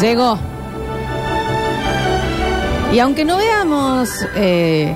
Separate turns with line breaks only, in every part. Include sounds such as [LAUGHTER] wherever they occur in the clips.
Llegó. Y aunque no veamos eh,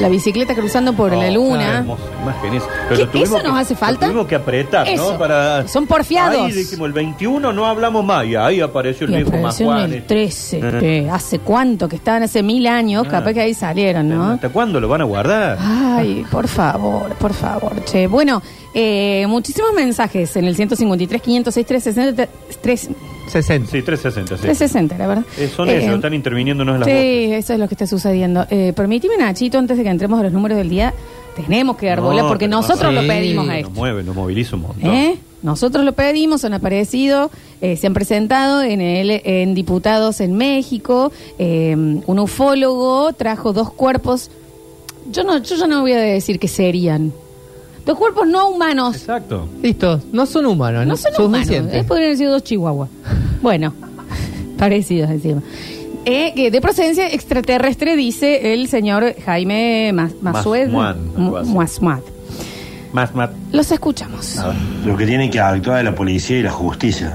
la bicicleta cruzando por la
Ah,
luna,
hermoso, imagen eso. Pero
¿Qué?
lo tuvimos
¿Eso nos
que-
hace
lo
falta?
Tuvimos que apretar,
Eso.
¿no? Para...
Son porfiados.
Ahí dijimos, el 21 no hablamos más. Y ahí apareció el
y
viejo más
apareció en el 13, que hace cuánto que estaban, hace mil años,
Eh. Ah.
capaz que ahí salieron, ¿no? Ah.
¿Hasta cuándo lo van a guardar?
Ay, por favor, por favor, che. Bueno, eh, muchísimos mensajes en el 153, 506, 360, 3,
60.
Sí, 360, sí.
360, la verdad.
Eh, son
Eh,
ellos, están interviniéndonos en las
Sí, eso es lo que está sucediendo. Eh, permitime, Nachito, antes de que entremos a los números del día, tenemos que dar
No,
bola porque
pero
nosotros
no,
lo
sí,
pedimos a
bocas.
esto.
Nos mueve, nos moviliza un montón.
¿Eh? Nosotros lo pedimos, han aparecido, eh, se han presentado en, el, en Diputados en México. eh, un ufólogo trajo dos cuerpos. Yo, no, yo ya no voy a decir que serían. Dos cuerpos no humanos.
Exacto.
Listo, Ah, no son humanos.
No son humanos.
suficientes.
eh, podrían haber sido dos chihuahuas. Bueno, [LAUGHS] parecidos encima. Eh, que de procedencia extraterrestre, dice el señor Jaime Mas- Masued.
Masmuad, algo así. Ah.
Mu- Masmuad.
Más, más.
Los escuchamos.
Lo que tiene que actuar es la policía y la justicia.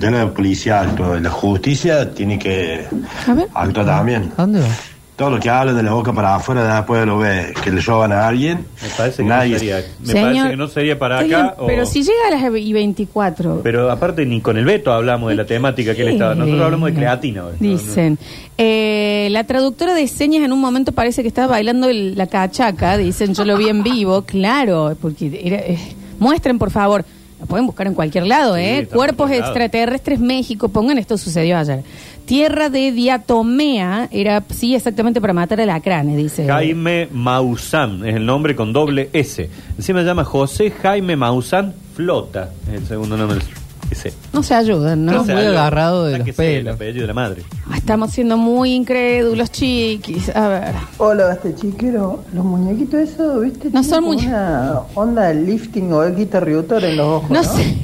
Ya la policía actúa, la justicia tiene que
A ver.
actuar también.
¿A dónde va?
Todo lo que habla de la boca para afuera, después lo ve, que le roban a alguien,
Me parece que,
nadie.
no sería, me
Señor-
parece que no sería para
Está
acá.
bien,
o-
Pero si llega a las y 24.
Pero aparte ni con el Beto hablamos de la temática que él estaba. Nosotros hablamos de creatina hoy. ¿no?
Dicen. eh, la traductora de señas en un momento parece que estaba bailando el- la cachaca. Dicen, yo lo vi en vivo. Claro, porque era, eh, muestren, por favor. Lo pueden buscar en cualquier lado,
Sí,
¿eh?
está en
Cuerpos
cualquier lado.
extraterrestres México. Pongan, esto sucedió ayer. Tierra de diatomea era, sí, exactamente para matar alacranes,
Eh.
dice.
Jaime Maussan es el nombre con doble S. Encima se llama José Jaime Maussan Flota. Es el segundo nombre. Ese.
No se ayudan, ¿no?
No
se
muy
habla-
agarrado de
Ah,
los
que sé, El
pelos.
apellido de la madre.
Ah, Estamos siendo muy incrédulos, chiquis. A ver.
Hola, este chiquero. Los muñequitos esos, ¿viste?
No
Tienen
son
como
muñe-
Una onda de lifting o de guitarriutor en los ojos.
No
No,
sé.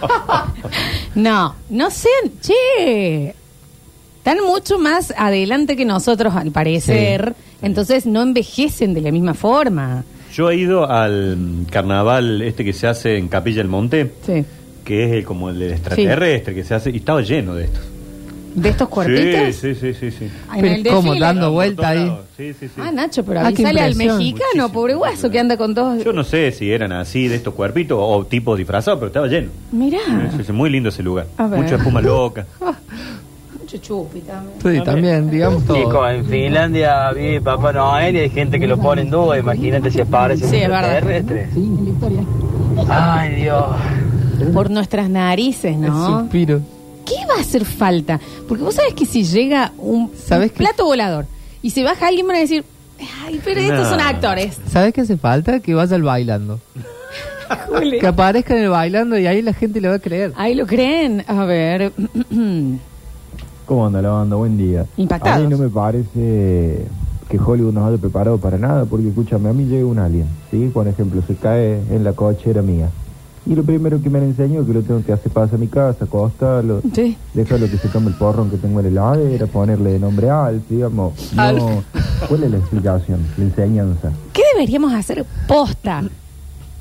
[LAUGHS] no, no sean. Che. Están mucho más adelante que nosotros, al parecer. Entonces no envejecen de la misma forma.
Yo he ido al mm, carnaval este que se hace en Capilla del Monte,
Sí.
que es el, como el del extraterrestre que se hace, y estaba lleno de estos.
¿De estos cuerpitos?
Sí, sí, sí, sí. sí.
Ah, En
Pero
el
¿cómo,
desfile.
dando
Por
vuelta
todos
ahí?
lados. Sí, sí, sí.
Ah, Nacho, pero
Ah, qué
avisale al
impresión.
mexicano, pobre guaso, que anda con todos.
Yo no sé si eran así de estos cuerpitos o tipo disfrazados, pero estaba lleno.
Mirá.
Ah.
Es muy lindo ese lugar.
A ver.
Mucha espuma loca.
Mucho chupi también.
Sí, también, digamos todo.
Chicos, en Finlandia
eh,
vive Papá Noel y hay gente que lo pone en duda. Imagínate si aparece un
Sí, es verdad.
extraterrestre. Ay, Dios.
Por nuestras narices,
El
¿no?
suspiro.
¿Qué va a hacer falta? Porque vos sabés que si llega un,
¿Sabés
un
qué?
plato volador y se baja alguien van a decir, ay, pero estos
No.
son actores.
[LAUGHS]
¿Sabes qué hace falta? Que vaya al bailando. Que aparezca en el bailando y ahí la gente le va a creer.
Ahí lo creen. A ver. [CLEARS THROAT]
¿Cómo anda la banda? Buen día.
Impactados.
A mí no me parece que Hollywood nos haya preparado para nada, porque escúchame, a mí llega un alien, ¿sí? Por ejemplo, se cae en la cochera mía. Y lo primero que me han enseñado es que lo tengo que hacer pasa a mi casa, acostarlo,
Sí.
dejarlo que se tome el porrón que tengo en la heladera, ponerle de nombre al, digamos. No, ¿Cuál es la explicación, la enseñanza?
¿Qué deberíamos hacer posta?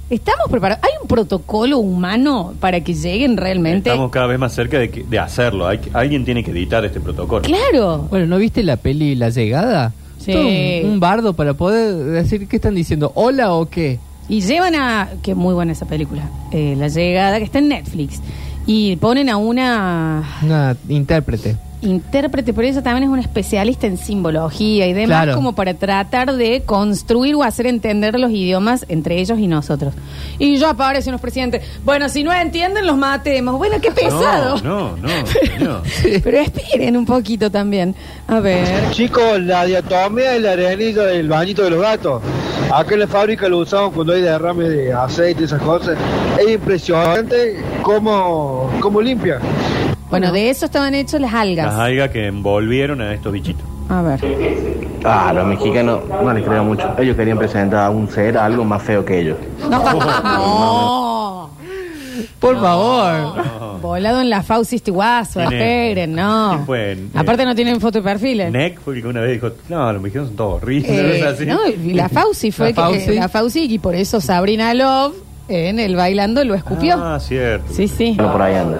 ¿Estamos preparados? ¿Hay un protocolo humano para que lleguen realmente?
Estamos cada vez más cerca de, que- de hacerlo. Hay que- alguien tiene que editar este protocolo.
Claro.
Bueno, ¿no viste la peli La Llegada?
Sí.
Todo Un, un bardo para poder decir qué están diciendo, hola o qué.
Y llevan a... Que muy buena esa película. eh, la llegada, que está en Netflix. Y ponen a una
Una intérprete.
intérprete, pero ella también es una especialista en simbología y demás,
Claro.
como para tratar de construir o hacer entender los idiomas entre ellos y nosotros. Y yo aparecen los presidentes. Bueno, si no entienden, los matemos. Bueno, qué pesado.
No, no, no. señor.
[LAUGHS] Pero esperen un poquito también. A ver.
Chicos, la diatomía es la arenilla del bañito de los gatos. Acá en la fábrica lo usamos cuando hay derrame de aceite y esas cosas. Es impresionante cómo, cómo limpia.
Bueno, de eso estaban hechos las algas.
Las algas que envolvieron a estos bichitos.
A ver.
Ah, los mexicanos no les creo mucho. Ellos querían presentar a un ser algo más feo que ellos.
[LAUGHS]
No. no.
Por favor.
Volado en la Fauciste Guaso,
¿Quién es?
esperen, no.
¿Quién fue en-
Aparte no tienen foto de perfiles.
Neck fue el que una vez dijo, [LAUGHS] no, los mexicanos son todos horribles.
Eh,
Es así.
no, y la Fauci fue
La
que-
Fauci.
la Fauci y por eso Sabrina Love en el bailando lo escupió.
Ah, cierto.
Sí, sí.
Bueno, por ahí anda.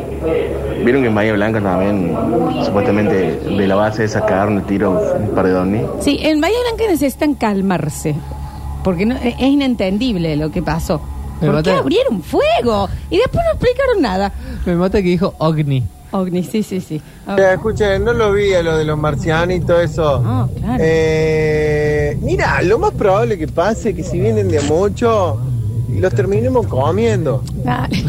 Vieron que en Bahía Blanca también, supuestamente, de la base sacaron el tiro un par de ovnis.
Sí, en Bahía Blanca necesitan calmarse. Porque no- e-, es inentendible lo que pasó.
Me
¿Por qué
mata.
abrieron fuego? Y después no explicaron nada.
Me mata que dijo Ogni.
Ogni, sí, sí, sí. A
Eh.
ver.
Escuchen, Ah. no lo vi a lo de los marcianos y todo eso.
Ah,
No, claro.
Eh, mira, lo más probable que pase es que si vienen de mucho, los
[LAUGHS]
terminemos comiendo.
[LAUGHS]
Dale.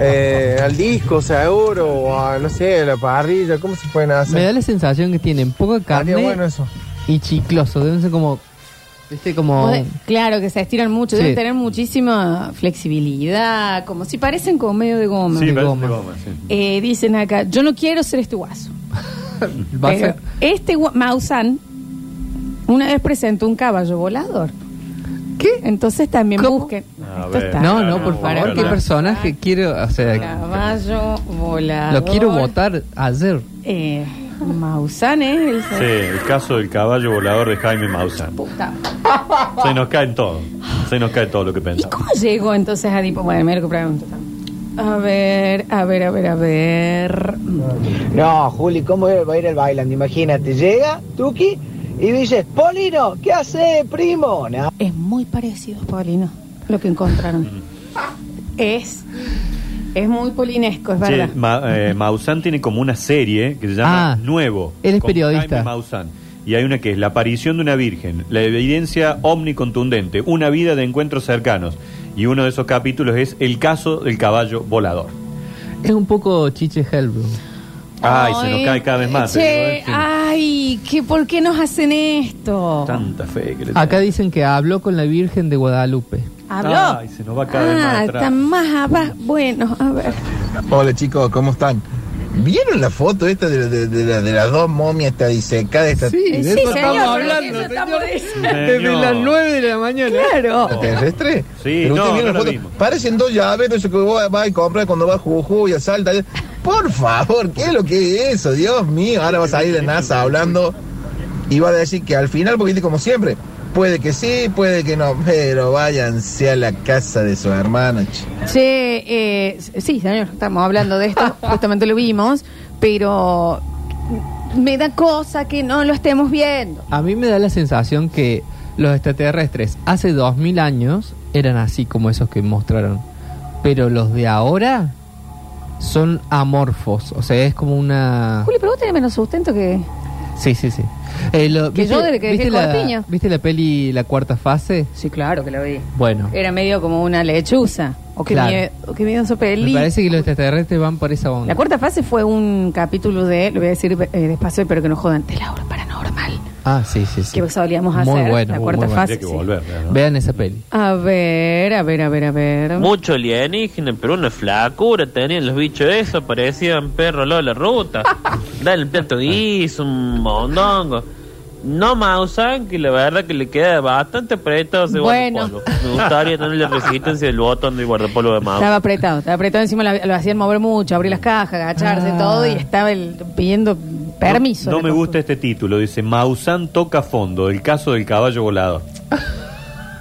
Eh, al disco, seguro, o a, no sé, a la parrilla, ¿cómo se pueden hacer?
Me da la sensación que tienen poca carne
Estaría bueno eso.
y chicloso. Deben ser como. Viste, como.
Mode- Claro que se estiran mucho,
Sí.
deben tener muchísima flexibilidad, como si parecen como medio de goma.
Sí,
de
parece
goma.
de goma, sí.
Eh, dicen acá, yo no quiero ser este guaso.
[LAUGHS] Va a
Pero
ser-
este gua- Maussan una vez presentó un caballo volador.
¿Qué?
Entonces también
¿Cómo?
busquen.
A
Esto
ver.
está-
No, no,
no,
por
para
favor, qué
nada.
personaje quiero. O sea,
Caballo volador.
lo quiero votar ayer.
Eh, Maussan es el
Sí, el caso del caballo volador de Jaime Maussan.
Puta.
Se nos caen todo. Se nos cae todo lo que
¿Y
pensamos.
cómo llegó entonces a Dipo? Bueno, me lo que pregunto también. A ver, a ver, a ver, a ver.
No, Juli, ¿cómo va a ir el bailando? Imagínate, llega Tuki y dices, Polino, ¿qué hace, primo? No,
Es muy parecido, Paulino, lo que encontraron. es, es muy polinesco, es
Sí,
verdad.
Ma- eh, Maussan tiene como una serie que se llama
Ah,
Nuevo.
él es
con
periodista.
Jaime Maussan. Y hay una que es La aparición de una virgen, la evidencia omnicontundente, una vida de encuentros cercanos. Y uno de esos capítulos es El caso del caballo volador.
Es un poco chiche Hellblum.
Ay, se nos cae cada vez más.
Che, ah.
te digo, eh, sí.
ay, que ¿por qué nos hacen esto?
Tanta fe que le
Acá
tengo.
dice- dicen que habló con la Virgen de Guadalupe.
¿Habló?
Ay, se nos va cada vez más
Ah,
atrás.
está más abajo. Bueno, a ver.
Hola chicos, ¿cómo están? ¿Vieron la foto esta de, de- de la- de las dos momias esta disecada? Esta
Sí, señor, pero eso estamos
[LAUGHS]
diciendo.
Señor.
de la mañana.
¿eh?
Claro.
Oh.
terrestre?
Sí,
Pero ustedes
no,
vieron la
no la
foto.
vimos.
Parecen dos llaves, no sé que vos vas a comprar cuando vas a Jujuy, a Salta. Por favor, ¿qué es lo que es eso? Dios mío, ahora vas a ir de NASA hablando y vas a decir que al final, porque viste, como siempre, puede que sí, puede que no, pero váyanse a la casa de su hermana. che.
Che, eh, sí, señor, estamos hablando de
[LAUGHS]
esto, justamente lo vimos, pero me da cosa que no lo estemos viendo.
A mí me da la sensación que los extraterrestres hace 2000 años eran así como esos que mostraron. Pero los de ahora son amorfos. O sea, es como una.
Juli, pero vos tenés menos sustento que...
Sí, sí, sí. Eh, lo-
Que yo desde que dejé
la,
Corpiño.
¿Viste la peli La Cuarta Fase?
Sí, claro que lo vi.
Bueno,
Era medio como una lechuza. O que
Claro.
miedo, o qué miedo esa peli.
me parece que los extraterrestres van por esa onda.
La cuarta fase fue un capítulo de, lo voy a decir eh, despacio, pero que no jodan, de la hora paranormal.
Ah, sí, sí, sí.
Que pues solíamos hacer.
Muy bueno,
la
muy
cuarta
bueno.
fase.
Tendría que
sí.
volver. ¿no?
Vean esa peli.
A ver, a ver, a ver, a ver.
Mucho alienígena, pero una flacura tenían los bichos esos, parecían perro Lola Ruta.
[LAUGHS]
Dale el plato guiso, un mondongo. No Mausan, que la verdad que le queda bastante apretado ese
Bueno.
guardapolvo. Me gustaría tener la resistencia del botón del guardapolvo de Mausan.
[LAUGHS] Estaba apretado, estaba apretado. Encima la- lo hacían mover mucho, abrir las cajas, agacharse,
Ah.
todo. Y estaba el, pidiendo permiso.
No
la
me
cosa.
gusta este título. Dice Maussan toca fondo. El caso del caballo volador.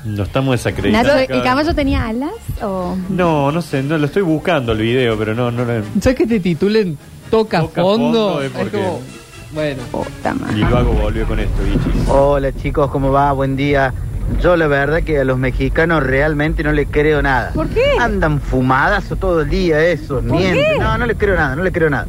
Nos estamos desacreditando.
Nacho,
cada
¿el
vez
caballo tenía alas? O...
No, no sé, no, lo estoy buscando el video, pero no, no, no
¿Sabes que te titulen Toca,
Toca
fondo? ¿eh?
fondo, es porque-
como, bueno. [LAUGHS]
Puta madre.
y lo hago volvió con esto, Ichi.
Hola chicos, ¿cómo va? Buen día. Yo la verdad que a los mexicanos realmente no les creo nada.
¿Por qué?
Andan fumadas todo el día esos, mienten. No, no les creo nada, no les creo nada.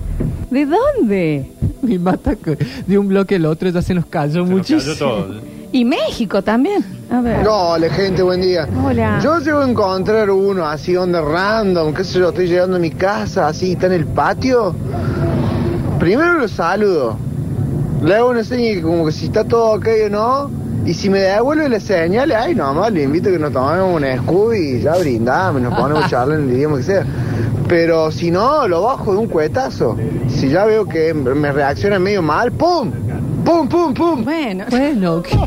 ¿De dónde?
Me mata que de un bloque al otro ya se nos cayó
Se nos
muchísimo.
cayó todo.
Y México también. A ver.
Hola gente, buen día.
Hola.
Yo llego a encontrar uno así onda random, qué sé yo, estoy llegando a mi casa, así está en el patio. Primero lo saludo. Le hago una señal que como que si está todo ok o no. Y si me devuelve la señal, ay nomás, le invito a que nos tomemos un Scooby y ya brindamos, nos ponemos a charlar en el idioma que sea. Pero si no, lo bajo de un cuetazo. Si ya veo que me reacciona medio mal, ¡pum! ¡Pum, pum, pum!
Bueno,
[LAUGHS] Bueno, [LAUGHS] ¿qué-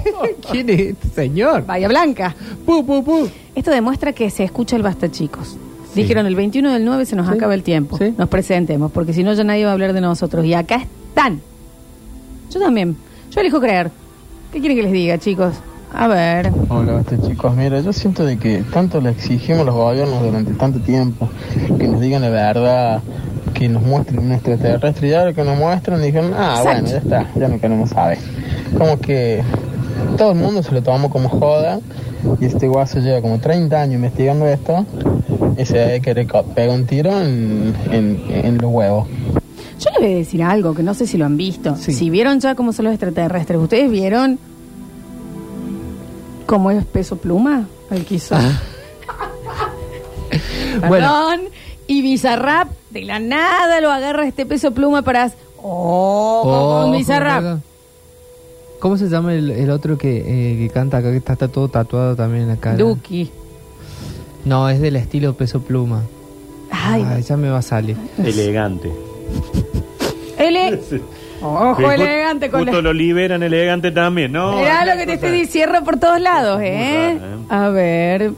¿quién es este señor?
Bahía Blanca.
Pu, pu, pu.
Esto demuestra que se escucha el basta, chicos. Dijeron el 21 del 9 se nos
Sí.
acaba el tiempo.
Sí.
Nos presentemos, porque si no ya nadie va a hablar de nosotros. Y acá están. Yo también. Yo elijo creer. ¿Qué quieren que les diga, chicos? A ver.
Hola, basta, chicos. Mira, yo siento de que tanto le exigimos a los gobiernos durante tanto tiempo que nos digan la verdad, que nos muestren nuestra extraterrestre y ahora que nos muestran dijeron, ah, bueno, ya está, ya no queremos saber. Como que todo el mundo se lo tomó como joda y este guaso lleva como 30 años investigando esto y se ve que le co- pega un tiro en, en, en los huevos.
Yo les voy a decir algo que no sé si lo han visto. Si vieron ya cómo son los extraterrestres, ¿ustedes vieron cómo es peso pluma? El que hizo. Perdón. Y Bizarrap, de la nada lo agarra este peso pluma para. ¡Oh!
Oh,
con Bizarrap.
¿verdad? ¿Cómo se llama el, el otro que, eh, que canta acá, que está, está todo tatuado también en la cara?
Duki.
No, es del estilo peso pluma.
Ay.
Ay, ya me va a salir.
Elegante.
Ele- Ojo,
Que ju-
elegante con
Justo
la.
lo liberan elegante también, ¿no?
Mirá lo que te estoy diciendo por todos lados, ¿eh? A ver.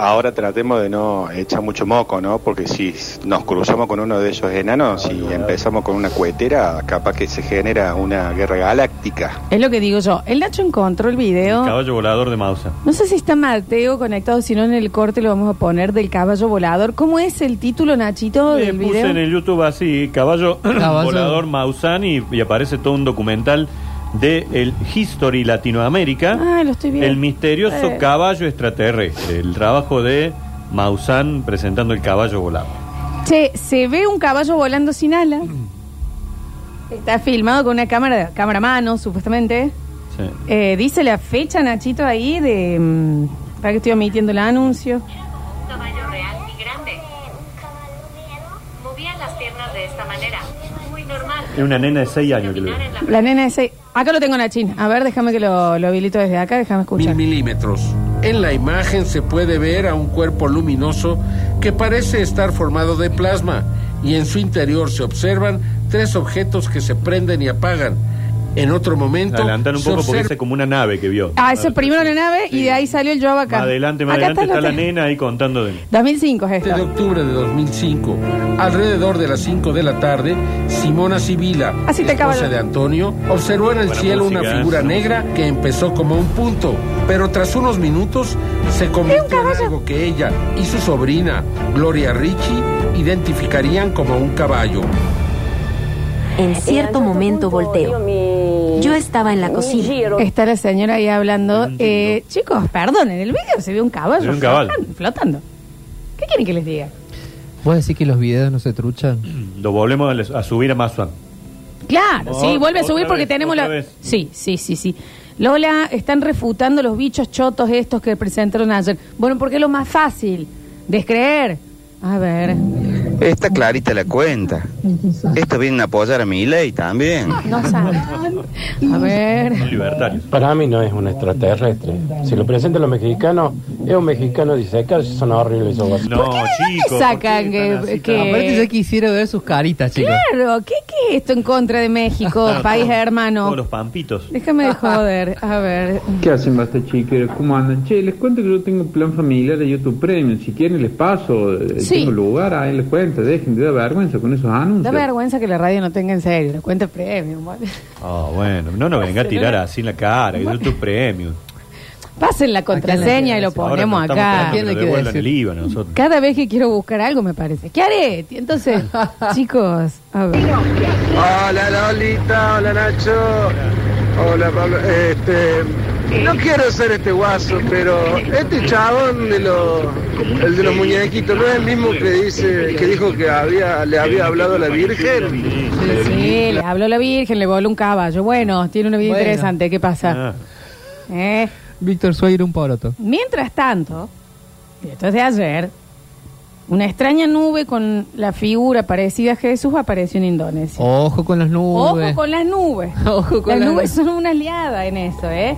Ahora tratemos de no echar mucho moco, ¿no? Porque si nos cruzamos con uno de esos enanos y empezamos con una cuetera, capaz que se genera una guerra galáctica.
Es lo que digo yo. El Nacho encontró el video.
Caballo volador de Mausa.
No sé si está Mateo conectado, si no en el corte lo vamos a poner del caballo volador. ¿Cómo es el título, Nachito,
Le
del
puse
video?
en el YouTube así, caballo, [CLEARS THROAT]
Caballo.
volador Mausan y, y aparece todo un documental de el History Latinoamérica.
Ah, lo estoy viendo.
El misterioso
Eh.
caballo extraterrestre. El trabajo de Maussan presentando el caballo volador.
Che, se ve un caballo volando sin alas.
Mm.
Está filmado con una cámara, cámara a mano, supuestamente.
Sí.
Eh, dice la fecha, Nachito, ahí de... mm, para que estoy omitiendo el anuncio.
caballo real y grande. Movía las piernas de esta manera. Muy normal.
Es una nena de 6 años que lo ve.
La nena de seis- Acá lo tengo, Nachín. A ver, déjame que lo, lo habilito desde acá, déjame escuchar.
mil milímetros. En la imagen se puede ver a un cuerpo luminoso que parece estar formado de plasma y en su interior se observan tres objetos que se prenden y apagan. En otro momento
Adelantan un
se
poco porque
observa-
es como una nave que vio.
Ah, eso primero la nave y de ahí salió el job acá.
Más adelante, más
Acá
adelante está,
lo
la
te-
nena ahí contando de
2005 es esto.
Este de octubre de 2005, alrededor de las 5 de la tarde, Simona Sibila,
Así te acaba
esposa
la-
de Antonio, observó en el
Buena
cielo
música,
una
¿eh?
figura negra que empezó como un punto, pero tras unos minutos se convirtió en algo que ella y su sobrina, Gloria Ricci, identificarían como un caballo.
En cierto momento volteo. Yo estaba en la cocina.
Está la señora ahí hablando. Eh, chicos, perdón, en el video se ve un caballo.
Se ve un caballo.
Flotando, flotando. ¿Qué quieren que les diga?
¿Vos decís que los videos no se truchan?
Lo volvemos a les- a, subir a Mausan.
Claro,
Oh,
sí, vuelve a
otra
subir porque
vez,
tenemos
otra
la.
vez.
Sí, sí, sí, sí. Lola, están refutando los bichos chotos estos que presentaron ayer. Bueno, porque es lo más fácil. Descreer. A ver.
Está clarita la cuenta. Esto vienen a apoyar a mi ley también.
No saben. A ver.
Para mí no es un extraterrestre. Si lo presentan los mexicanos, es un mexicano disecado, son horribles esos guasos.
No,
¿Qué sacan que.? que-
Aparte yo quisiera ver sus caritas, chicos.
Claro, ¿qué, ¿qué es esto en contra de
[LAUGHS]
México, país hermano?
Todos los pampitos.
Déjame de joder. A
[LAUGHS]
ver.
¿Qué hacen, basta chiqueros? ¿Cómo andan? Che, les cuento que yo tengo un plan familiar de YouTube Premium. Si quieren, les paso. eh,
Sí.
Tengo lugar, ahí les cuento. Dejen de dar vergüenza con esos
Da
anuncios.
vergüenza que la radio no tenga en serio, la cuenta premium. ¿vale?
Ah, bueno, no nos venga a tirar así en la cara, que es tu premio.
Pasen la contraseña y lo
Ahora
ponemos
nos estamos
acá.
quedando que nos devuelvan el IVA a nosotros.
Cada vez que quiero buscar algo me parece. ¿Qué haré?
[LAUGHS]
Entonces, chicos, a ver.
Hola Lolita, hola Nacho, hola Pablo. Este, no quiero ser este guaso, pero este chabón de los, el de los muñequitos, no es el mismo que dice, que dijo que había, le había hablado a la Virgen.
Sí, le habló la Virgen, le voló un caballo. Bueno, tiene una vida
Bueno.
interesante, ¿qué
Ah.
pasa? Eh,
Víctor Suárez un poroto.
mientras tanto, y esto es de ayer, una extraña nube con la figura parecida a Jesús apareció en Indonesia.
Ojo con las nubes.
Ojo con las nubes.
Oh, [LAUGHS] Ojo con
las
las
nubes
nubes.
son una aliada en eso, ¿eh?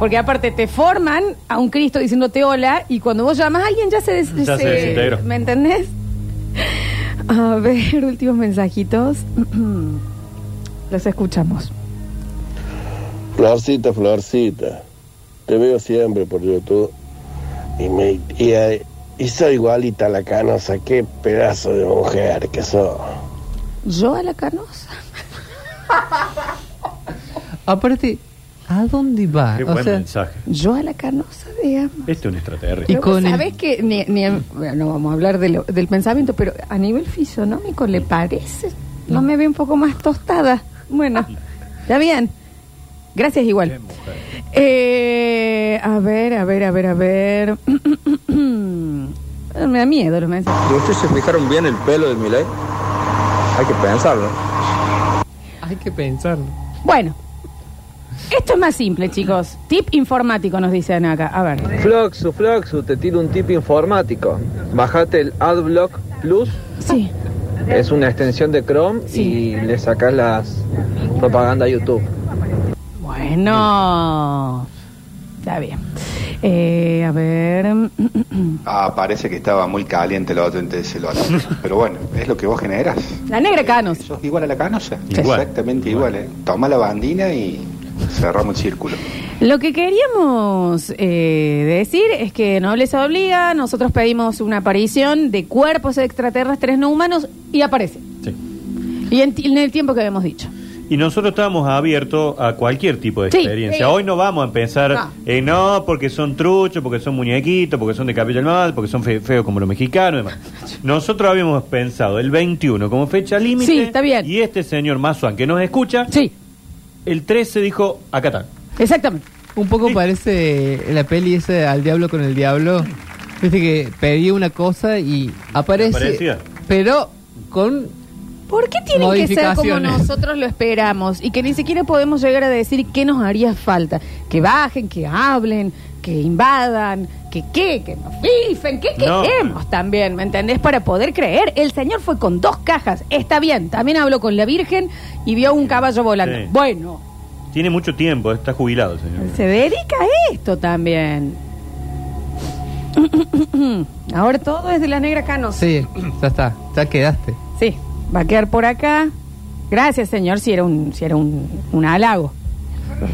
Porque aparte te forman a un Cristo diciéndote hola y cuando vos llamas a alguien ya se, des-
Ya se desintegró.
¿Me entendés? [LAUGHS] A ver, últimos mensajitos. [CLEARS THROAT] Los escuchamos.
Florcita, Florcita, te veo siempre por YouTube y, me, y, eh, y soy igualita a la canosa, qué pedazo de mujer que sos.
Yo a la canosa.
Aparte, ¿A dónde va?
Qué
O
buen
sea,
mensaje.
Yo a la carnosa, digamos.
Este es un extraterrestre.
Y ¿Sabes que ni- ni- bueno, no vamos a hablar de lo- del pensamiento, pero a nivel fisionómico le parece. No, me ve un poco más tostada. Bueno, está bien. Gracias igual. Eh, a ver, a ver, a ver, a ver. [CLEARS THROAT] me da miedo los mensajes.
¿Y ustedes se fijaron bien el pelo de Milei? Hay que pensarlo.
Hay que pensarlo.
Bueno, esto es más simple, chicos. Tip informático nos dicen acá. A ver.
Floxu, Floxu, te tiro un tip informático. Bajate el AdBlock Plus.
Sí.
Es una extensión de Chrome y le sacas las propaganda a YouTube.
Bueno. Está bien. Eh, a ver. [CLEARS THROAT]
Ah, parece que estaba muy caliente el otro de Celola. Pero bueno, es lo que vos generás.
La negra Canos.
igual a la canosa. Exactamente igual, ¿eh? Toma la bandina y cerramos el círculo.
Lo que queríamos eh, decir es que Nobleza Obliga, nosotros pedimos una aparición de cuerpos extraterrestres no humanos y aparece.
Sí.
Y en, ti- en el tiempo que habíamos dicho.
Y nosotros estábamos abiertos a cualquier tipo de
Sí,
experiencia.
sí.
Hoy no vamos a empezar,
No.
no. no, porque son truchos, porque son muñequitos, porque son de Capital Mal, porque son fe- feos como los mexicanos y demás.
[LAUGHS]
Nosotros habíamos pensado el 21 como fecha límite.
Sí, está bien.
Y este señor Mazuan que nos escucha, el 13 dijo, acá está.
Exactamente.
Un poco parece la peli esa de Al Diablo con el Diablo. Viste que pedí una cosa y aparece.
Aparecía.
Pero con.
¿Por qué tienen que ser como
Modificaciones.
nosotros lo esperamos y que ni siquiera podemos llegar a decir qué nos haría falta? Que bajen, que hablen, que invadan, que qué, que nos fifen, que
No.
queremos también, ¿me entendés? Para poder creer. El señor fue con dos cajas, está bien, también habló con la Virgen y vio un caballo volando.
Sí.
Bueno,
Tiene mucho tiempo, está jubilado, señor.
se dedica a esto también. [CLEARS THROAT] Ahora todo es de la negra canos.
Sí, ya está, ya quedaste.
Sí, va a quedar por acá. Gracias, señor, si era un, si era un, un halago.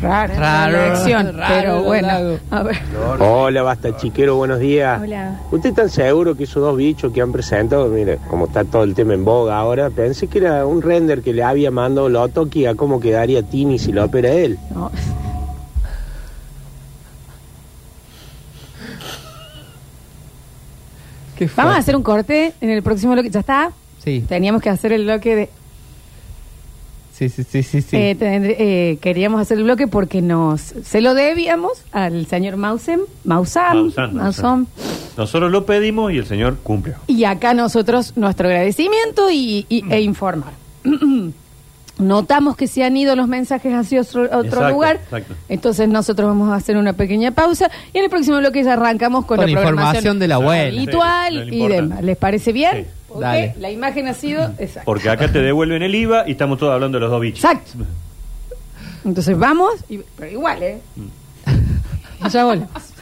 Raro,
Raro. Raro
pero
el
bueno.
halago.
A ver.
Hola, basta chiquero, buenos días.
Hola.
¿Usted tan seguro que esos dos bichos que han presentado, mire, como está todo el tema en boga ahora, pensé que era un render que le había mandado Lotoki a cómo quedaría Tini si lo opera él?
No. Vamos a hacer un corte en el próximo bloque. ¿Ya está?
Sí.
Teníamos que hacer el bloque de.
Sí, sí, sí, sí. sí.
eh, tendr- eh, queríamos hacer el bloque porque nos se lo debíamos al señor Mausem, Mausam,
Maussan,
Mausam.
Nosotros lo pedimos y el señor cumple.
Y acá nosotros nuestro agradecimiento y, y-
Mm.
e informar. [CLEARS THROAT] Notamos que se han ido los mensajes hacia otro, otro
Exacto,
lugar.
exacto.
Entonces nosotros vamos a hacer una pequeña pausa y en el próximo bloque ya arrancamos con,
Con
la
información de la buena.
habitual
Sí, no le
y
importa. Mm.
demás. ¿Les parece bien? Porque
Dale.
La imagen ha sido exacta.
Porque acá te devuelven el IVA y estamos todos hablando de los dos bichos.
Exacto. Entonces vamos, y- pero igual, ¿eh? Ya volvemos.